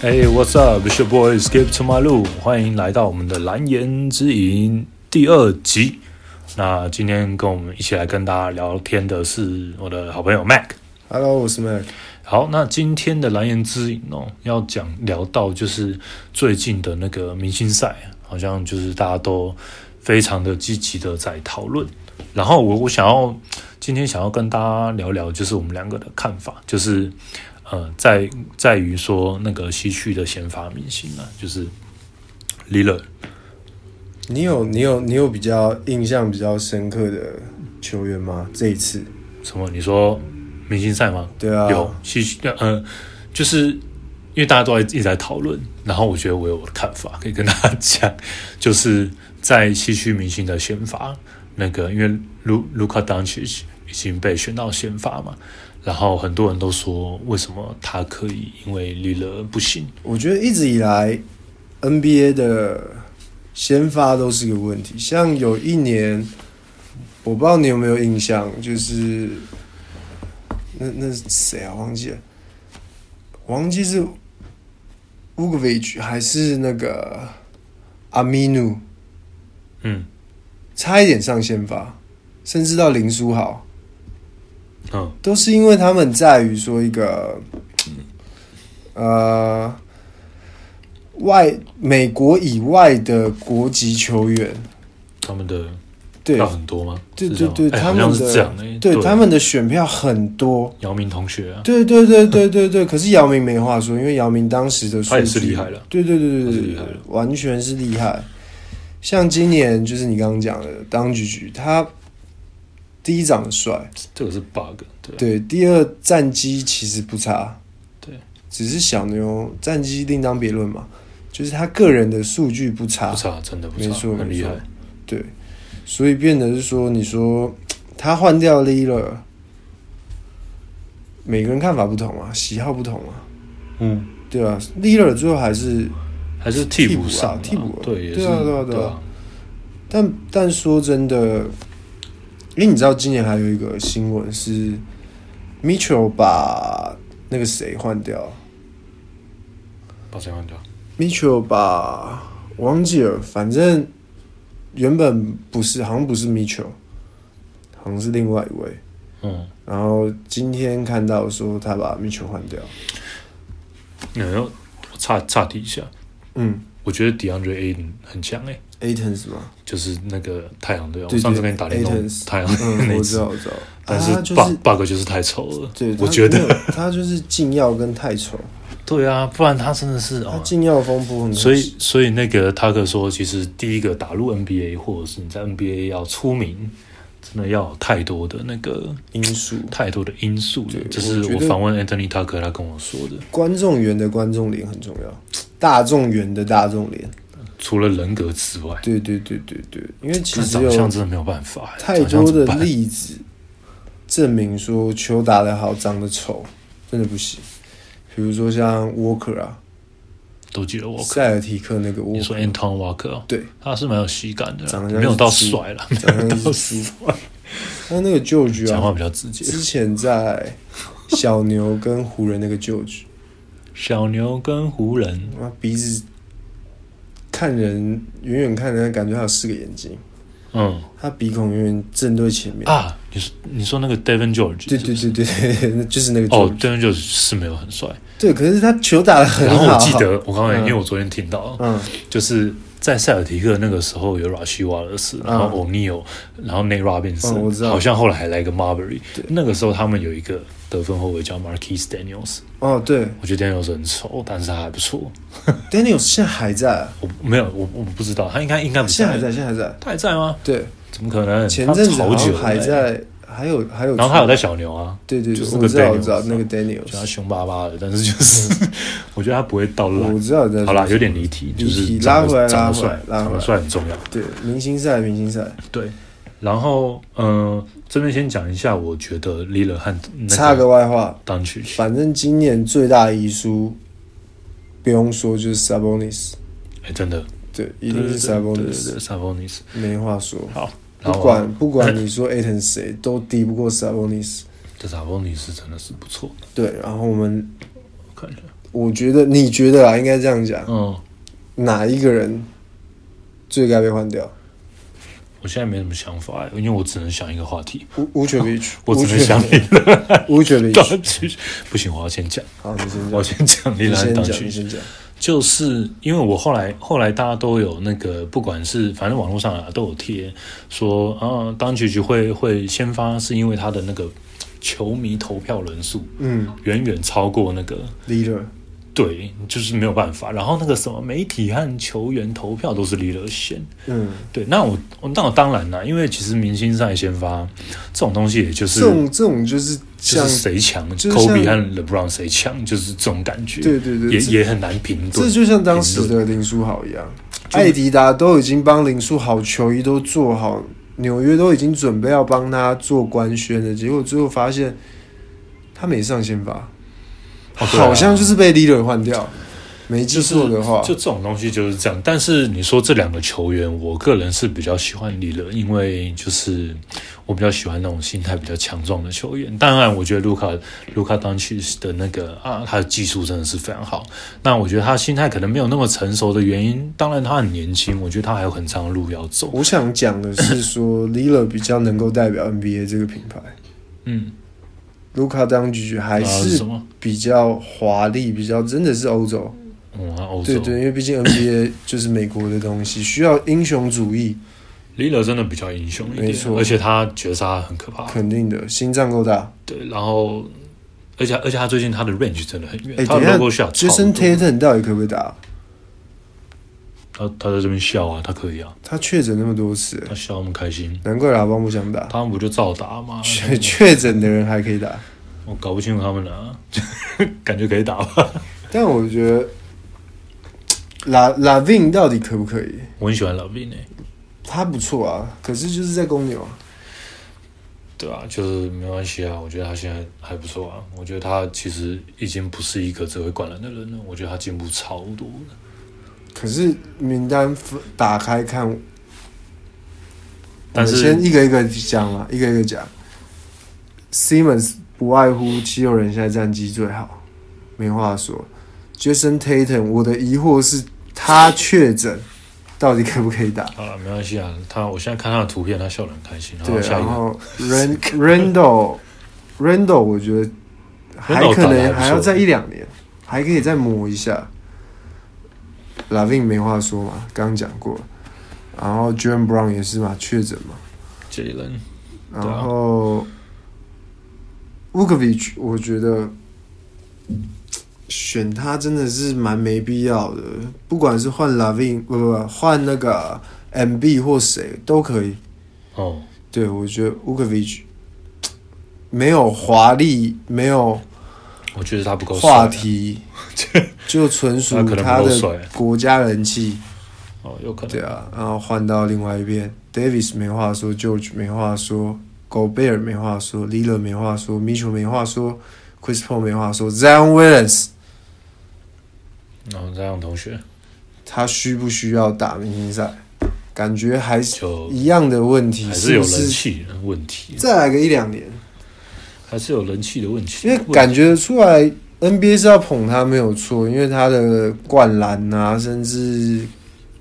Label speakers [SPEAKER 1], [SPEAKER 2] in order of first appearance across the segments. [SPEAKER 1] Hey, what's up? It's your boy Skip to my 路，欢迎来到我们的蓝颜之影第二集。那今天跟我们一起来跟大家聊天的是我的好朋友 Mac。
[SPEAKER 2] Hello，我是 Mac。
[SPEAKER 1] 好，那今天的蓝颜之影哦，要讲聊到就是最近的那个明星赛，好像就是大家都非常的积极的在讨论。然后我我想要今天想要跟大家聊聊，就是我们两个的看法，就是呃，在在于说那个西区的先发明星啊，就是 l i l a
[SPEAKER 2] 你有你有你有比较印象比较深刻的球员吗？这一次？
[SPEAKER 1] 什么？你说明星赛吗？
[SPEAKER 2] 对啊，
[SPEAKER 1] 有西区，呃，就是因为大家都在一直在讨论，然后我觉得我有我的看法可以跟大家讲， 就是在西区明星的先发，那个因为卢卢卡当奇已经被选到先发嘛，然后很多人都说为什么他可以，因为利勒不行，
[SPEAKER 2] 我觉得一直以来 NBA 的先发都是个问题。像有一年，我不知道你有没有印象，就是那那是谁啊？忘记了，我忘记是 u g v i c 还是那个阿米努，
[SPEAKER 1] 嗯
[SPEAKER 2] 差一点上先发，甚至到林书豪。
[SPEAKER 1] 嗯
[SPEAKER 2] 都是因为他们在于说一个，呃，外美国以外的国籍球员，
[SPEAKER 1] 他们的
[SPEAKER 2] 对
[SPEAKER 1] 要很多吗？
[SPEAKER 2] 对
[SPEAKER 1] 是这样吗
[SPEAKER 2] 对对
[SPEAKER 1] 哎
[SPEAKER 2] 他
[SPEAKER 1] 好
[SPEAKER 2] 们
[SPEAKER 1] 像
[SPEAKER 2] 的
[SPEAKER 1] 是这样的、哎
[SPEAKER 2] 对，他们的选票很多，
[SPEAKER 1] 姚明同学啊，
[SPEAKER 2] 对对对对对对。可是姚明没话说，因为姚明当时的数
[SPEAKER 1] 他也是
[SPEAKER 2] 据
[SPEAKER 1] 厉害了，
[SPEAKER 2] 对对对对
[SPEAKER 1] 他是
[SPEAKER 2] 对
[SPEAKER 1] 厉害
[SPEAKER 2] 对
[SPEAKER 1] 了，
[SPEAKER 2] 完全是厉害。像今年就是你刚刚讲的当局局，他第一长得帅，
[SPEAKER 1] 这个是 bug，对啊
[SPEAKER 2] 对，第二战绩其实不差，
[SPEAKER 1] 对，
[SPEAKER 2] 只是小牛战绩另当别论嘛，就是他个人的数据不差，
[SPEAKER 1] 不差，真的不
[SPEAKER 2] 没
[SPEAKER 1] 差，
[SPEAKER 2] 错
[SPEAKER 1] 很
[SPEAKER 2] 没
[SPEAKER 1] 厉害
[SPEAKER 2] 错，对，所以变得是说，你说他换掉 l e l e 每个人看法不同啊，喜好不同啊，
[SPEAKER 1] 嗯。
[SPEAKER 2] 对啊 l e l e 最后还是，
[SPEAKER 1] 还是替补上啊
[SPEAKER 2] 替补啊
[SPEAKER 1] 对，也是
[SPEAKER 2] 对啊对啊对啊
[SPEAKER 1] 对啊，
[SPEAKER 2] 但但说真的，因为你知道今年还有一个新闻是 Mitchell 把那个谁换掉。
[SPEAKER 1] 把谁换掉？
[SPEAKER 2] Mitchell 吧，我忘记了，反正原本不是，好像不是 Mitchell，好像是另外一位。
[SPEAKER 1] 嗯，
[SPEAKER 2] 然后今天看到说他把 Mitchell 换掉，
[SPEAKER 1] 然后我岔岔题一下，
[SPEAKER 2] 嗯
[SPEAKER 1] 我觉得 DeAndre a d e n 很强哎，
[SPEAKER 2] ，Atens 嘛，
[SPEAKER 1] 就是那个太阳队啊，我
[SPEAKER 2] 对
[SPEAKER 1] 上次跟你打联动
[SPEAKER 2] Athens
[SPEAKER 1] 太阳队
[SPEAKER 2] 嗯，
[SPEAKER 1] 那
[SPEAKER 2] 我
[SPEAKER 1] 一
[SPEAKER 2] 知
[SPEAKER 1] 次，
[SPEAKER 2] 道，我知道，
[SPEAKER 1] 但
[SPEAKER 2] 啊
[SPEAKER 1] 是
[SPEAKER 2] 他就
[SPEAKER 1] bug
[SPEAKER 2] 是
[SPEAKER 1] bug 就是太丑了，
[SPEAKER 2] 对，
[SPEAKER 1] 我
[SPEAKER 2] 他
[SPEAKER 1] 觉
[SPEAKER 2] 没
[SPEAKER 1] 得
[SPEAKER 2] 有他就是禁药跟太丑，
[SPEAKER 1] 对啊，不然他真的是
[SPEAKER 2] 他
[SPEAKER 1] 哦。
[SPEAKER 2] 禁药风波很，
[SPEAKER 1] 所以，所以那个塔克说，其实第一个打入 NBA，或者是你在 NBA 要出名，真的要有太多的那个
[SPEAKER 2] 因素，
[SPEAKER 1] 太多的因素了
[SPEAKER 2] 对。
[SPEAKER 1] 这
[SPEAKER 2] 我
[SPEAKER 1] 是
[SPEAKER 2] 觉
[SPEAKER 1] 我
[SPEAKER 2] 得
[SPEAKER 1] 访问 Anthony Tucker 他跟我说的。
[SPEAKER 2] 观众缘的观众脸很重要，大众缘的大众脸，
[SPEAKER 1] 除了人格之外，
[SPEAKER 2] 对对对对对，因为其
[SPEAKER 1] 这
[SPEAKER 2] 实
[SPEAKER 1] 长
[SPEAKER 2] 有
[SPEAKER 1] 相真的没有办法，
[SPEAKER 2] 太
[SPEAKER 1] 长相
[SPEAKER 2] 多
[SPEAKER 1] 怎么
[SPEAKER 2] 的
[SPEAKER 1] 办
[SPEAKER 2] 例子证明说球打得好，长得丑真的不行。比如说像 Walker 啊，
[SPEAKER 1] 都记得我。
[SPEAKER 2] 塞尔提克那个
[SPEAKER 1] 你说
[SPEAKER 2] Walker，
[SPEAKER 1] Anton Walker，哦
[SPEAKER 2] 对，
[SPEAKER 1] 他是蛮有喜感的啦，
[SPEAKER 2] 长得像
[SPEAKER 1] 没
[SPEAKER 2] 是
[SPEAKER 1] 有到
[SPEAKER 2] 猪
[SPEAKER 1] 帅了，
[SPEAKER 2] 长得
[SPEAKER 1] 没有到
[SPEAKER 2] 像
[SPEAKER 1] 帅
[SPEAKER 2] 是， 还有那个 George
[SPEAKER 1] 讲话
[SPEAKER 2] 啊，
[SPEAKER 1] 比较直接。
[SPEAKER 2] 之前在小牛跟湖人那个 George，
[SPEAKER 1] 小牛跟湖人，
[SPEAKER 2] 他鼻子看人远远看人，感觉他有四个眼睛，
[SPEAKER 1] 嗯
[SPEAKER 2] 他鼻孔永远正对前面。
[SPEAKER 1] 啊，你说你说那个 Devin George，
[SPEAKER 2] 对对
[SPEAKER 1] 是
[SPEAKER 2] 对对对，对 就是那个
[SPEAKER 1] 不是哦
[SPEAKER 2] George。
[SPEAKER 1] ，Devin George 是没有很帅。
[SPEAKER 2] 对，可是他球打得很
[SPEAKER 1] 然
[SPEAKER 2] 好。
[SPEAKER 1] 后我记，得，我刚才
[SPEAKER 2] 嗯
[SPEAKER 1] 因为我昨天听到，
[SPEAKER 2] 嗯，
[SPEAKER 1] 就是在塞尔提克那个时候有 Rashi Wallace，然后 O'Neal，然后 Nate
[SPEAKER 2] 嗯我
[SPEAKER 1] Robinson，
[SPEAKER 2] 知道
[SPEAKER 1] 好像后来还来个 Marbury，
[SPEAKER 2] 对
[SPEAKER 1] 那个时候他们有一个得分后卫叫 Marquis Daniels。
[SPEAKER 2] 哦对
[SPEAKER 1] 我觉得 Daniels 很丑，但是他还不错。
[SPEAKER 2] ，Daniel 现在还在啊。
[SPEAKER 1] 我没有，我我不知道，他应该应该不
[SPEAKER 2] 现在还在，现在还在。
[SPEAKER 1] 他还在吗？
[SPEAKER 2] 对，
[SPEAKER 1] 怎么可能？
[SPEAKER 2] 前阵子
[SPEAKER 1] 他
[SPEAKER 2] 好
[SPEAKER 1] 好久
[SPEAKER 2] 像
[SPEAKER 1] 了哎
[SPEAKER 2] 还，在，还有还有，
[SPEAKER 1] 然后他有在，小牛啊，
[SPEAKER 2] 对对
[SPEAKER 1] 就
[SPEAKER 2] 对，
[SPEAKER 1] 是那个
[SPEAKER 2] 我知道
[SPEAKER 1] Daniels
[SPEAKER 2] 我知道
[SPEAKER 1] 啊
[SPEAKER 2] 那
[SPEAKER 1] 觉
[SPEAKER 2] 个
[SPEAKER 1] 得他
[SPEAKER 2] Daniels，
[SPEAKER 1] 凶巴巴的，但是就是 我觉得他不会到烂
[SPEAKER 2] 嗯我。知道你在。
[SPEAKER 1] 好啦，有点离题，就
[SPEAKER 2] 离题
[SPEAKER 1] 是长得长
[SPEAKER 2] 拉
[SPEAKER 1] 得
[SPEAKER 2] 回来
[SPEAKER 1] 帅，
[SPEAKER 2] 拉回来拉回来
[SPEAKER 1] 长得帅很重要。
[SPEAKER 2] 对明星赛，明星赛
[SPEAKER 1] 对，然后嗯，这边先讲一下，我觉得 l i l a 和
[SPEAKER 2] 插
[SPEAKER 1] 那
[SPEAKER 2] 个外话，
[SPEAKER 1] 当曲奇，
[SPEAKER 2] 反正今年最大的遗书，不用说就是 Sabonis，
[SPEAKER 1] 哎，真的
[SPEAKER 2] 对，一定是
[SPEAKER 1] 对对对对
[SPEAKER 2] Sabonis，
[SPEAKER 1] 对，Sabonis。
[SPEAKER 2] 没话说。
[SPEAKER 1] 好，然
[SPEAKER 2] 不
[SPEAKER 1] 后啊
[SPEAKER 2] 管不管你说 Aton 谁，都敌不过 Sabonis。
[SPEAKER 1] 这 Sabonis 真的是不错，
[SPEAKER 2] 对，然后我们
[SPEAKER 1] 我看一下。
[SPEAKER 2] 我觉得你觉得啊，应该这样讲，
[SPEAKER 1] 嗯，
[SPEAKER 2] 哪一个人最该被换掉？
[SPEAKER 1] 我现在没什么想法，因为我只能想一个话题，
[SPEAKER 2] 乌乌切维奇，
[SPEAKER 1] 我只能想一个
[SPEAKER 2] 乌切 维
[SPEAKER 1] 道
[SPEAKER 2] 奇。
[SPEAKER 1] 具。不行，我要先讲，
[SPEAKER 2] 好，你先
[SPEAKER 1] 我要
[SPEAKER 2] 讲，
[SPEAKER 1] 先讲一
[SPEAKER 2] 你
[SPEAKER 1] 兰
[SPEAKER 2] 先
[SPEAKER 1] 道
[SPEAKER 2] 讲，
[SPEAKER 1] 具
[SPEAKER 2] 你。先讲。
[SPEAKER 1] 就是因为我后来后来大家都有那个，不管是反正网络上啊都有贴说啊，当局局会会先发，是因为他的那个球迷投票人数
[SPEAKER 2] 嗯
[SPEAKER 1] 远远超过那个，
[SPEAKER 2] ，leader，
[SPEAKER 1] 对，就是没有办法。然后那个什么媒体和球员投票都是离了线，
[SPEAKER 2] 嗯，
[SPEAKER 1] 对。那我那我当然啦，因为其实明星赛先发这种东西，也就是
[SPEAKER 2] 这种这种就是
[SPEAKER 1] 就
[SPEAKER 2] 像
[SPEAKER 1] 是谁强，
[SPEAKER 2] 就是
[SPEAKER 1] 科比和
[SPEAKER 2] 像
[SPEAKER 1] LeBron 谁强，就是这种感觉，
[SPEAKER 2] 对对对
[SPEAKER 1] 也
[SPEAKER 2] 这
[SPEAKER 1] 也很难评
[SPEAKER 2] 这
[SPEAKER 1] 论。
[SPEAKER 2] 就像当时的林书豪一样，
[SPEAKER 1] 就
[SPEAKER 2] 艾迪达都已经帮林书豪球衣都做好，纽约都已经准备要帮他做官宣了，结果最后发现他没上先发，
[SPEAKER 1] 哦对啊
[SPEAKER 2] 好像就是被 leader 换掉。没记错的话，
[SPEAKER 1] 就这种东西就是这样。但是你说这两个球员，我个人是比较喜欢李勒，因为就是我比较喜欢那种心态比较强壮的球员。当然，我觉得卢卡卢卡当奇的那个啊，他的技术真的是非常好。那我觉得他心态可能没有那么成熟的原因，当然他很年轻，我觉得他还有很长的路要走。
[SPEAKER 2] 我想讲的是说 leader 比较能够代表 NBA 这个品牌，
[SPEAKER 1] 嗯，
[SPEAKER 2] 卢卡当局还
[SPEAKER 1] 啊
[SPEAKER 2] 是
[SPEAKER 1] 什么？
[SPEAKER 2] 比较华丽，比较真的是欧洲。
[SPEAKER 1] 嗯，啊欧洲
[SPEAKER 2] 对对，因为毕竟 NBA 就是美国的东西，需要英雄主义，
[SPEAKER 1] 李勒真的比较英雄一
[SPEAKER 2] 没
[SPEAKER 1] 点，
[SPEAKER 2] 错
[SPEAKER 1] 而且他绝杀很可怕。
[SPEAKER 2] 肯定的，心脏够大。
[SPEAKER 1] 对，然后而且而且他最近他的 range 真的很远，
[SPEAKER 2] 哎
[SPEAKER 1] 他
[SPEAKER 2] 等一
[SPEAKER 1] 的
[SPEAKER 2] 下
[SPEAKER 1] logo shot 超
[SPEAKER 2] Jason
[SPEAKER 1] 多
[SPEAKER 2] Tatum 到底可不可以打？
[SPEAKER 1] 他他在这边笑啊，他可以啊，
[SPEAKER 2] 他确诊那么多次，
[SPEAKER 1] 他笑那么开心，
[SPEAKER 2] 难怪老帮不想打。
[SPEAKER 1] 他们不就照打 吗？
[SPEAKER 2] 确确诊的人还可以打，
[SPEAKER 1] 我搞不清楚他们了、啊， 感觉可以打吧？
[SPEAKER 2] 但我觉得拉拉 Vin 到底可不可以？
[SPEAKER 1] 我很喜欢老欸兵诶、
[SPEAKER 2] 他不错啊，可是就是在公牛啊，
[SPEAKER 1] 对啊，就是没关系啊，我觉得他现在还不错啊，我觉得他其实已经不是一个只会灌篮的人了，我觉得他进步超多的。
[SPEAKER 2] 可是名单分打开看，
[SPEAKER 1] 但
[SPEAKER 2] 我
[SPEAKER 1] 是
[SPEAKER 2] 们先一个一个讲啊，一个一个讲。Simmons 不外乎七六人现在战绩最好，没话说。Jason Tatum，我的疑惑是他确诊到底可不可以打？
[SPEAKER 1] 好了，没关系啊，他我现在看他的图片，他笑得很开心。然
[SPEAKER 2] 对
[SPEAKER 1] 后，下一
[SPEAKER 2] 然
[SPEAKER 1] 个
[SPEAKER 2] 后 Ren Randall Randall，我觉得还
[SPEAKER 1] Randall
[SPEAKER 2] 可
[SPEAKER 1] 打得还不
[SPEAKER 2] 能
[SPEAKER 1] 错
[SPEAKER 2] 还要再一两年，还可以再磨一下。Lavin 没话说嘛，刚讲过。然后 j a m Brown 也是嘛，确诊嘛。
[SPEAKER 1] 杰伦，
[SPEAKER 2] 然
[SPEAKER 1] 对啊
[SPEAKER 2] 后 v u k o v i c 我觉得选他真的是蛮没必要的，不管是换 Lavin 不不不换那个 MB 或谁都可以。
[SPEAKER 1] 哦，
[SPEAKER 2] 对，我觉得 u k o v i c 没有华丽，没有
[SPEAKER 1] 我觉得他不够帅啊
[SPEAKER 2] 话题，就纯属
[SPEAKER 1] 他可能
[SPEAKER 2] 他
[SPEAKER 1] 不够帅
[SPEAKER 2] 的国家人气。
[SPEAKER 1] 哦，有可能
[SPEAKER 2] 对啊，然后换到另外一边，Davis 没话说，George 没话说，狗贝尔没话说 l i l a 没话说，Mitchell 没话说，Chris Paul 没话说，Zion Williams
[SPEAKER 1] 然后这样同学
[SPEAKER 2] 他需不需要打明星赛？感觉还是
[SPEAKER 1] 就
[SPEAKER 2] 一样的问题，
[SPEAKER 1] 还是有
[SPEAKER 2] 不
[SPEAKER 1] 人
[SPEAKER 2] 是
[SPEAKER 1] 气的问题，
[SPEAKER 2] 再来个一两年？
[SPEAKER 1] 还是有人气的问题。
[SPEAKER 2] 因为感觉出来 NBA 是要捧他没有错，因为他的灌篮啊，甚至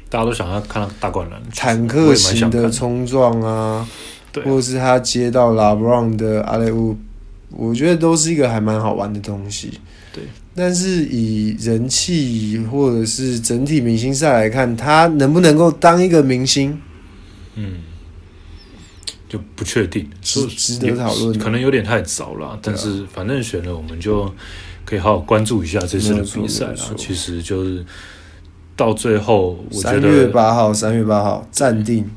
[SPEAKER 1] 大家都想要看他大灌篮，
[SPEAKER 2] 坦
[SPEAKER 1] 我也
[SPEAKER 2] 克
[SPEAKER 1] 蛮
[SPEAKER 2] 型
[SPEAKER 1] 想看
[SPEAKER 2] 的冲撞啊，
[SPEAKER 1] 对啊
[SPEAKER 2] 或者是他接到 LeBron 的阿雷乌，我觉得都是一个还蛮好玩的东西。
[SPEAKER 1] 对，
[SPEAKER 2] 但是以人气或者是整体明星赛来看，他能不能够当一个明星？
[SPEAKER 1] 嗯，就不确定，
[SPEAKER 2] 值
[SPEAKER 1] 说
[SPEAKER 2] 值得讨论啊
[SPEAKER 1] 可能有点太早了。但是反正选了，我们就可以好好关注一下这次的比赛
[SPEAKER 2] 没有错没
[SPEAKER 1] 啦
[SPEAKER 2] 有错。
[SPEAKER 1] 其实就是到最后，我觉
[SPEAKER 2] 三月
[SPEAKER 1] 得，嗯
[SPEAKER 2] 八号，三月八号暂定。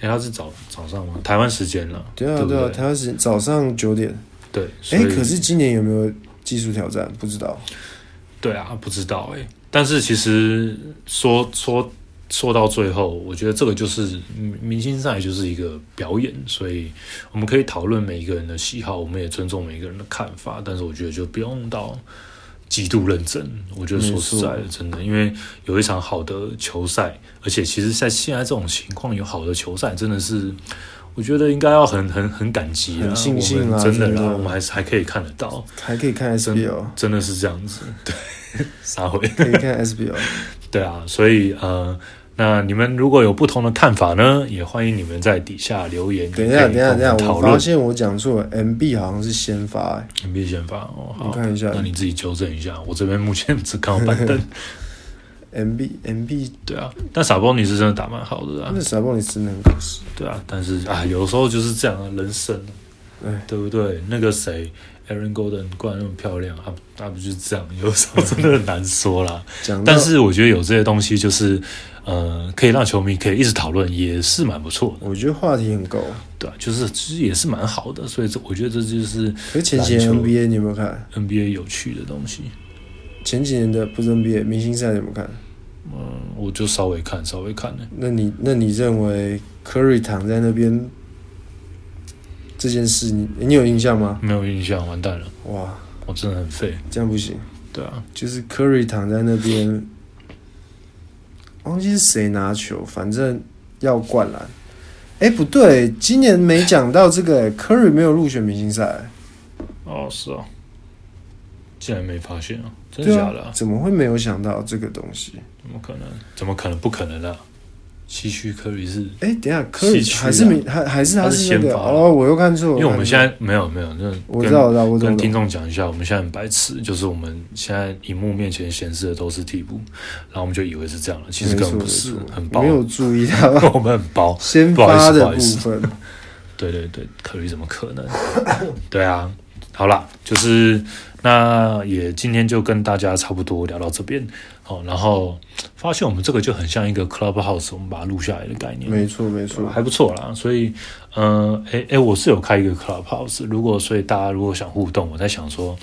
[SPEAKER 1] 哎，他是早早上吗？台湾时间了，
[SPEAKER 2] 对啊，
[SPEAKER 1] 对不
[SPEAKER 2] 对啊，
[SPEAKER 1] 对
[SPEAKER 2] 台湾时间早上九点。
[SPEAKER 1] 对，
[SPEAKER 2] 哎、
[SPEAKER 1] 所以
[SPEAKER 2] 可是今年有没有技术挑战？不知道。
[SPEAKER 1] 对啊，不知道哎、但是其实说说说到最后，我觉得这个就是嗯明星赛就是一个表演，所以我们可以讨论每一个人的喜好，我们也尊重每一个人的看法，但是我觉得就不用到极度认真。我觉得说实在的
[SPEAKER 2] 没，
[SPEAKER 1] 真的，因为有一场好的球赛，而且其实在现在这种情况，有好的球赛真的是。我觉得应该要很很很感激啊，
[SPEAKER 2] 很庆幸啊
[SPEAKER 1] 我们真的
[SPEAKER 2] 真
[SPEAKER 1] 啦，
[SPEAKER 2] 的
[SPEAKER 1] 我们还是还可以看得到，
[SPEAKER 2] 还可以看
[SPEAKER 1] 真
[SPEAKER 2] SBL，
[SPEAKER 1] 真的是这样子， 对，撒回，
[SPEAKER 2] 可以看 SBL。
[SPEAKER 1] 对啊，所以呃，那你们如果有不同的看法呢，也欢迎你们在底下留言，
[SPEAKER 2] 等一下，
[SPEAKER 1] 可
[SPEAKER 2] 等
[SPEAKER 1] 以
[SPEAKER 2] 一下，
[SPEAKER 1] 跟
[SPEAKER 2] 等一
[SPEAKER 1] 们
[SPEAKER 2] 下，我
[SPEAKER 1] 讨
[SPEAKER 2] 发
[SPEAKER 1] 论
[SPEAKER 2] 现我讲错了，MB 好像是先发、欸，
[SPEAKER 1] 你必须先发哦，
[SPEAKER 2] 我
[SPEAKER 1] 好，
[SPEAKER 2] 看一下
[SPEAKER 1] 那你自己纠正一下，我这边目前只看到 板凳，
[SPEAKER 2] MB MB，
[SPEAKER 1] 对啊，但傻包你是真的打蛮好的啊，
[SPEAKER 2] 那傻棒你真的很可惜。
[SPEAKER 1] 对啊，但是啊，有时候就是这样啊，人生啊，
[SPEAKER 2] 哎
[SPEAKER 1] 对不对？那个谁，Aaron Golden 灌得那么漂亮，啊，那不就是这样？有时候真的很难说啦。
[SPEAKER 2] 讲到
[SPEAKER 1] 但是我觉得有这些东西，就是呃，可以让球迷可以一直讨论，也是蛮不错的，
[SPEAKER 2] 我觉得话题很够，
[SPEAKER 1] 对啊，就是其实也是蛮好的，所以这我觉得这就是
[SPEAKER 2] 可是前几年
[SPEAKER 1] 篮球
[SPEAKER 2] NBA 你有没有看？
[SPEAKER 1] NBA 有趣的东西。
[SPEAKER 2] 前几年的不是 NBA 明星赛你有没有看？
[SPEAKER 1] 嗯，我就稍微看，稍微看呢、
[SPEAKER 2] 那你那你认为 Curry 躺在那边这件事你，你有印象吗？
[SPEAKER 1] 没有印象，完蛋了，
[SPEAKER 2] 哇，
[SPEAKER 1] 我真的很废。
[SPEAKER 2] 这样不行，
[SPEAKER 1] 对啊，
[SPEAKER 2] 就是 Curry 躺在那边，忘记是谁拿球，反正要灌篮。哎、不对，今年没讲到这个、Curry 哎没有入选明星赛，
[SPEAKER 1] 哦，是哦，竟然没发现啊，真的
[SPEAKER 2] 对
[SPEAKER 1] 假
[SPEAKER 2] 啊
[SPEAKER 1] 的、啊，？
[SPEAKER 2] 怎么会没有想到这个东西？
[SPEAKER 1] 怎么可能？怎么可能？不可能啊！西区科比是，
[SPEAKER 2] 哎、等一下
[SPEAKER 1] 西
[SPEAKER 2] ，Curry
[SPEAKER 1] 区啊
[SPEAKER 2] 还是没还还是
[SPEAKER 1] 他是
[SPEAKER 2] 是那
[SPEAKER 1] 先
[SPEAKER 2] 个
[SPEAKER 1] 发
[SPEAKER 2] 哦，我又看错了，
[SPEAKER 1] 因为我们
[SPEAKER 2] 看
[SPEAKER 1] 现
[SPEAKER 2] 错了
[SPEAKER 1] 在没有没有，那
[SPEAKER 2] 我知道，我知道，我懂
[SPEAKER 1] 跟听
[SPEAKER 2] 了。
[SPEAKER 1] 众讲一下，我们现在很白痴，就是我们现在荧幕面前显示的都是替补，然后我们就以为是这样了，其实
[SPEAKER 2] 没
[SPEAKER 1] 根
[SPEAKER 2] 错
[SPEAKER 1] 本不
[SPEAKER 2] 没
[SPEAKER 1] 是，
[SPEAKER 2] 错
[SPEAKER 1] 很包
[SPEAKER 2] 没，有注意到
[SPEAKER 1] 我们很 包。
[SPEAKER 2] 先
[SPEAKER 1] 不好意思
[SPEAKER 2] 发的
[SPEAKER 1] 不好
[SPEAKER 2] 部
[SPEAKER 1] 意思
[SPEAKER 2] 分。
[SPEAKER 1] 对对对，科比怎么可能？ 对啊，好啦，就是那也今天就跟大家差不多聊到这边，好、然后发现我们这个就很像一个 Clubhouse，我们把它录下来的概念，
[SPEAKER 2] 没错，没错。
[SPEAKER 1] 还不错啦，所以，嗯、诶诶，我是有开一个 Clubhouse，如果所以大家如果想互动，我在想说，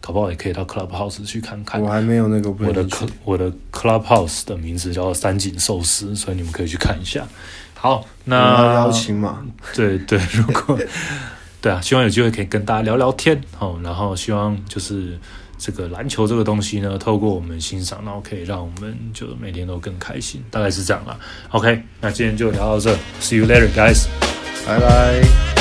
[SPEAKER 1] 搞不好也可以到 Clubhouse 去看看
[SPEAKER 2] 我。还没有那个不
[SPEAKER 1] 我的
[SPEAKER 2] 能去
[SPEAKER 1] cl- 我的 Clubhouse 的名字叫做三井寿司，所以你们可以去看一下。好，
[SPEAKER 2] 我
[SPEAKER 1] 那
[SPEAKER 2] 要邀请嘛，
[SPEAKER 1] 对对，如果对啊，希望有机会可以跟大家聊聊天哦，然后希望就是这个篮球这个东西呢，透过我们欣赏，然后可以让我们就每天都更开心，大概是这样啦。OK，那今天就聊到这，See you later, guys。
[SPEAKER 2] 拜拜。